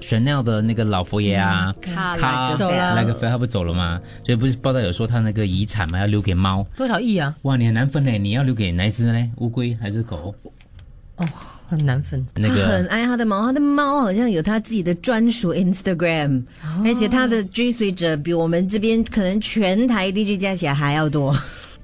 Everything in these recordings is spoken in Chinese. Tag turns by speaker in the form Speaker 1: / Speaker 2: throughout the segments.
Speaker 1: Chanel 的那个老佛爷啊，
Speaker 2: 卡
Speaker 1: 卡
Speaker 2: 走了
Speaker 1: 莱格菲尔他不走了吗？所以不是报道有说他那个遗产嘛，要留给猫。
Speaker 2: 多少亿啊？
Speaker 1: 哇，你很难分嘞，你要留给哪一只呢？乌龟还是狗？
Speaker 2: 哦，很难分。
Speaker 1: 那
Speaker 3: 他很
Speaker 1: 个
Speaker 3: 爱他的猫，他的猫好像有他自己的专属 Instagram，、而
Speaker 1: 哦
Speaker 3: 且他的追随者比我们这边可能全台地区加起来还要 多。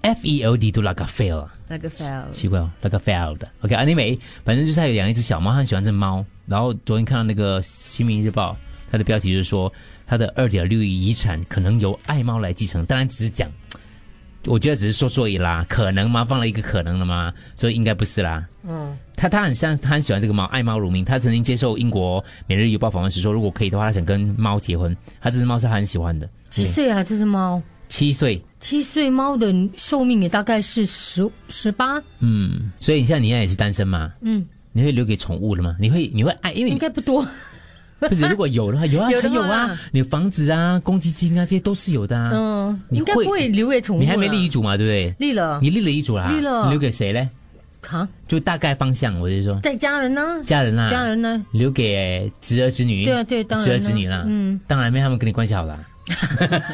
Speaker 1: F E L D 杜拉格菲尔。
Speaker 3: 那个 fell，
Speaker 1: 奇怪哦，那个 fail 的。OK，anyway，、反正就是他有养一只小猫，他很喜欢这猫。然后昨天看到那个《新民日报》，它的标题就是说他的二点六亿遗产可能由爱猫来继承，当然只是讲，我觉得只是说说而已啦，可能吗？放了一个可能了吗？所以应该不是啦。嗯，他他很像，他很喜欢这个猫，爱猫如命。他曾经接受英国《每日邮报》访问时说，如果可以的话，他想跟猫结婚。他这只猫是他很喜欢的，
Speaker 2: 几岁啊？这只猫？
Speaker 1: 七岁。
Speaker 2: 七岁猫的寿命也大概是十十八，
Speaker 1: 嗯，所以你像你现在也是单身嘛？
Speaker 2: 嗯，
Speaker 1: 你会留给宠物的吗？你会你会爱，因为你
Speaker 2: 应该不多。
Speaker 1: 啊 不是，如果有的话，有啊，
Speaker 2: 有的
Speaker 1: 还有
Speaker 2: 话
Speaker 1: 啊
Speaker 2: 啦，
Speaker 1: 你有房子啊、公积金啊，这些都是有的啊。
Speaker 2: 嗯，
Speaker 1: 你
Speaker 2: 应该不会留给宠物啦。
Speaker 1: 你还没立遗嘱嘛，对不对？
Speaker 2: 立了
Speaker 1: 你立了遗嘱啦，
Speaker 2: 立了
Speaker 1: 你留给谁嘞？
Speaker 2: 啊？
Speaker 1: 就大概方向，我就说
Speaker 2: 在家人呢？
Speaker 1: 家人啦，
Speaker 2: 家 人呢？
Speaker 1: 留给侄儿侄女，
Speaker 2: 对啊对当然
Speaker 1: 侄儿
Speaker 2: 啦
Speaker 1: 侄女啦，嗯
Speaker 2: 嗯，
Speaker 1: 当然没他们跟你关系好啦，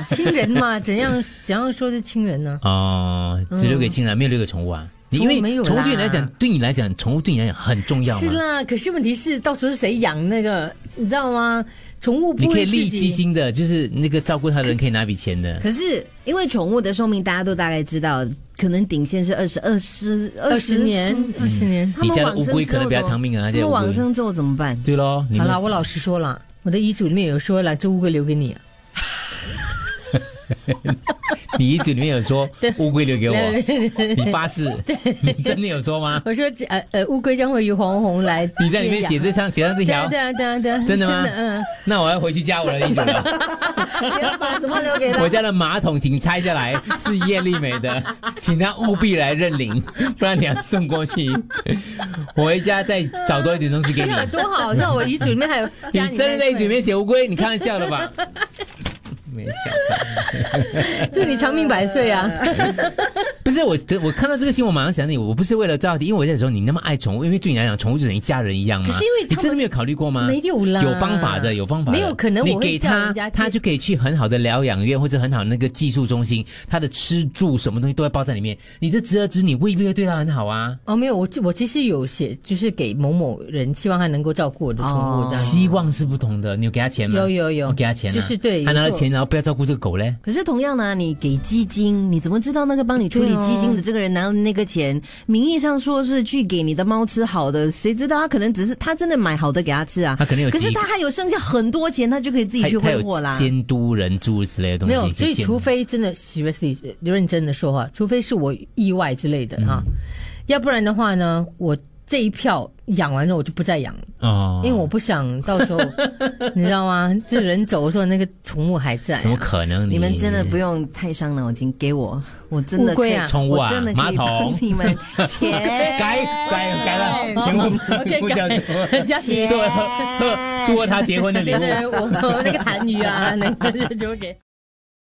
Speaker 2: 亲人嘛，怎样怎样说是亲人呢？
Speaker 1: 哦，只留给亲人，没有留给宠物啊。你因为
Speaker 2: 嗯宠物没有啦
Speaker 1: 宠物对你来讲，对你来讲，宠物对你来讲很重要
Speaker 2: 是
Speaker 1: 嘛。
Speaker 2: 啦，可是问题是，到时候是谁养那个？你知道吗？宠物不
Speaker 1: 你可
Speaker 2: 会
Speaker 1: 以
Speaker 2: 自
Speaker 1: 立
Speaker 2: 己
Speaker 1: 基金的，就是那个照顾他的人可以拿笔钱的。
Speaker 3: 可是因为宠物的寿命大家都大概知道，可能顶限是二十二十
Speaker 2: 二十年，二十年。
Speaker 3: 他们
Speaker 1: 你家的
Speaker 3: 往
Speaker 1: 乌龟
Speaker 3: 生之
Speaker 1: 可能
Speaker 3: 后
Speaker 1: 比较
Speaker 3: 怎么
Speaker 1: 长命啊那
Speaker 3: 他
Speaker 1: 些乌
Speaker 3: 们
Speaker 1: 龟
Speaker 3: 往生之后怎 么办？
Speaker 1: 对咯，你
Speaker 2: 好
Speaker 1: 们
Speaker 2: 啦，我老实说了，我的遗嘱里面有说了，这乌龟留给你啊。
Speaker 1: 你遗嘱里面有说乌龟留给
Speaker 2: 对
Speaker 1: 我， 你发誓，你真的有说 吗？
Speaker 2: 我说呃呃，乌龟将会由黄红来接养。
Speaker 1: 你在里面写这上写上这
Speaker 2: 对
Speaker 1: 条
Speaker 2: 啊，对啊对啊对啊，
Speaker 1: 真的吗
Speaker 2: 嗯。
Speaker 1: 那我要回去加我的遗嘱了。
Speaker 3: 你要把什么留给
Speaker 1: 我？家的马桶请拆下 来，是叶丽美的，请她务必来认 领，不然你要送过去。我回家再找多一点东西给 你
Speaker 2: 那。有多好？那我遗嘱里面还有
Speaker 1: 你
Speaker 2: 加你
Speaker 1: 真的在遗
Speaker 2: 那
Speaker 1: 嘱里
Speaker 2: 一份，
Speaker 1: 面写乌龟？你开玩笑了 吧？没想到，
Speaker 2: 祝你长命百 岁啊！
Speaker 1: 不是我，这我看到这个新闻，我马上想起你。我不是为了造谣，因为我在说你那么爱宠物，因为对你来讲，宠物就等于家人一样嘛。
Speaker 2: 可是因为他
Speaker 1: 你
Speaker 2: 们
Speaker 1: 真的没有考虑过吗？
Speaker 2: 没有啦
Speaker 1: 有方法的，有方法的。
Speaker 2: 没有可能
Speaker 1: 你
Speaker 2: 我会
Speaker 1: 给
Speaker 2: 叫
Speaker 1: 他
Speaker 2: 人家，去
Speaker 1: 他就可以去很好的疗养院或者很好的那个寄宿中心，他的吃住什么东西都会包在里面。你的侄儿侄女未必会对他很好啊。
Speaker 2: 哦，没有，我就我其实有写，就是给某某人，希望他能够照顾我的宠
Speaker 3: 哦
Speaker 2: 物这样。
Speaker 1: 希望是不同的，你有给他钱吗？
Speaker 2: 有有有
Speaker 1: 我给他钱啊，
Speaker 2: 就是对
Speaker 1: 他拿了
Speaker 2: 有做
Speaker 1: 钱，然后不要照顾这个狗嘞。
Speaker 3: 可是同样呢、你给基金，你怎么知道那个帮你处理基金的这个人拿了那个钱？名义上说是去给你的猫吃好的，谁知道他可能只是他真的买好的给他吃啊？
Speaker 1: 他可能有
Speaker 3: 可是
Speaker 1: 几
Speaker 3: 他还有剩下很多钱，他就可以自己
Speaker 1: 他
Speaker 3: 去
Speaker 1: 他
Speaker 3: 挥
Speaker 1: 有
Speaker 3: 霍啦。
Speaker 1: 监督人诸如此类的东
Speaker 2: 没
Speaker 1: 西。
Speaker 2: 有，
Speaker 1: 可
Speaker 2: 所以
Speaker 1: 监
Speaker 2: 除非真的 seriously 呃认真的说话，除非是我意外之类的
Speaker 1: 嗯
Speaker 2: 哈，要不然的话呢，我这一票养完之后我就不再养了，
Speaker 1: 哦，
Speaker 2: 因为我不想到 时候你知道吗？这人走的时候那个宠物还在
Speaker 1: 怎么
Speaker 2: 啊。
Speaker 1: 可能？
Speaker 3: 你们真的不用太伤脑筋，给我，我真
Speaker 2: 乌
Speaker 3: 的可
Speaker 2: 龟
Speaker 3: 以
Speaker 2: 啊，
Speaker 1: 宠物啊
Speaker 3: 我真的可以
Speaker 1: 马桶
Speaker 3: 帮你们 钱。
Speaker 1: 改改改 了，全部不
Speaker 2: OK，
Speaker 1: 不想做
Speaker 2: 人家
Speaker 3: 钱
Speaker 1: 做祝贺他结婚的礼物。
Speaker 2: 对，我我那个痰盂啊，那个就就给。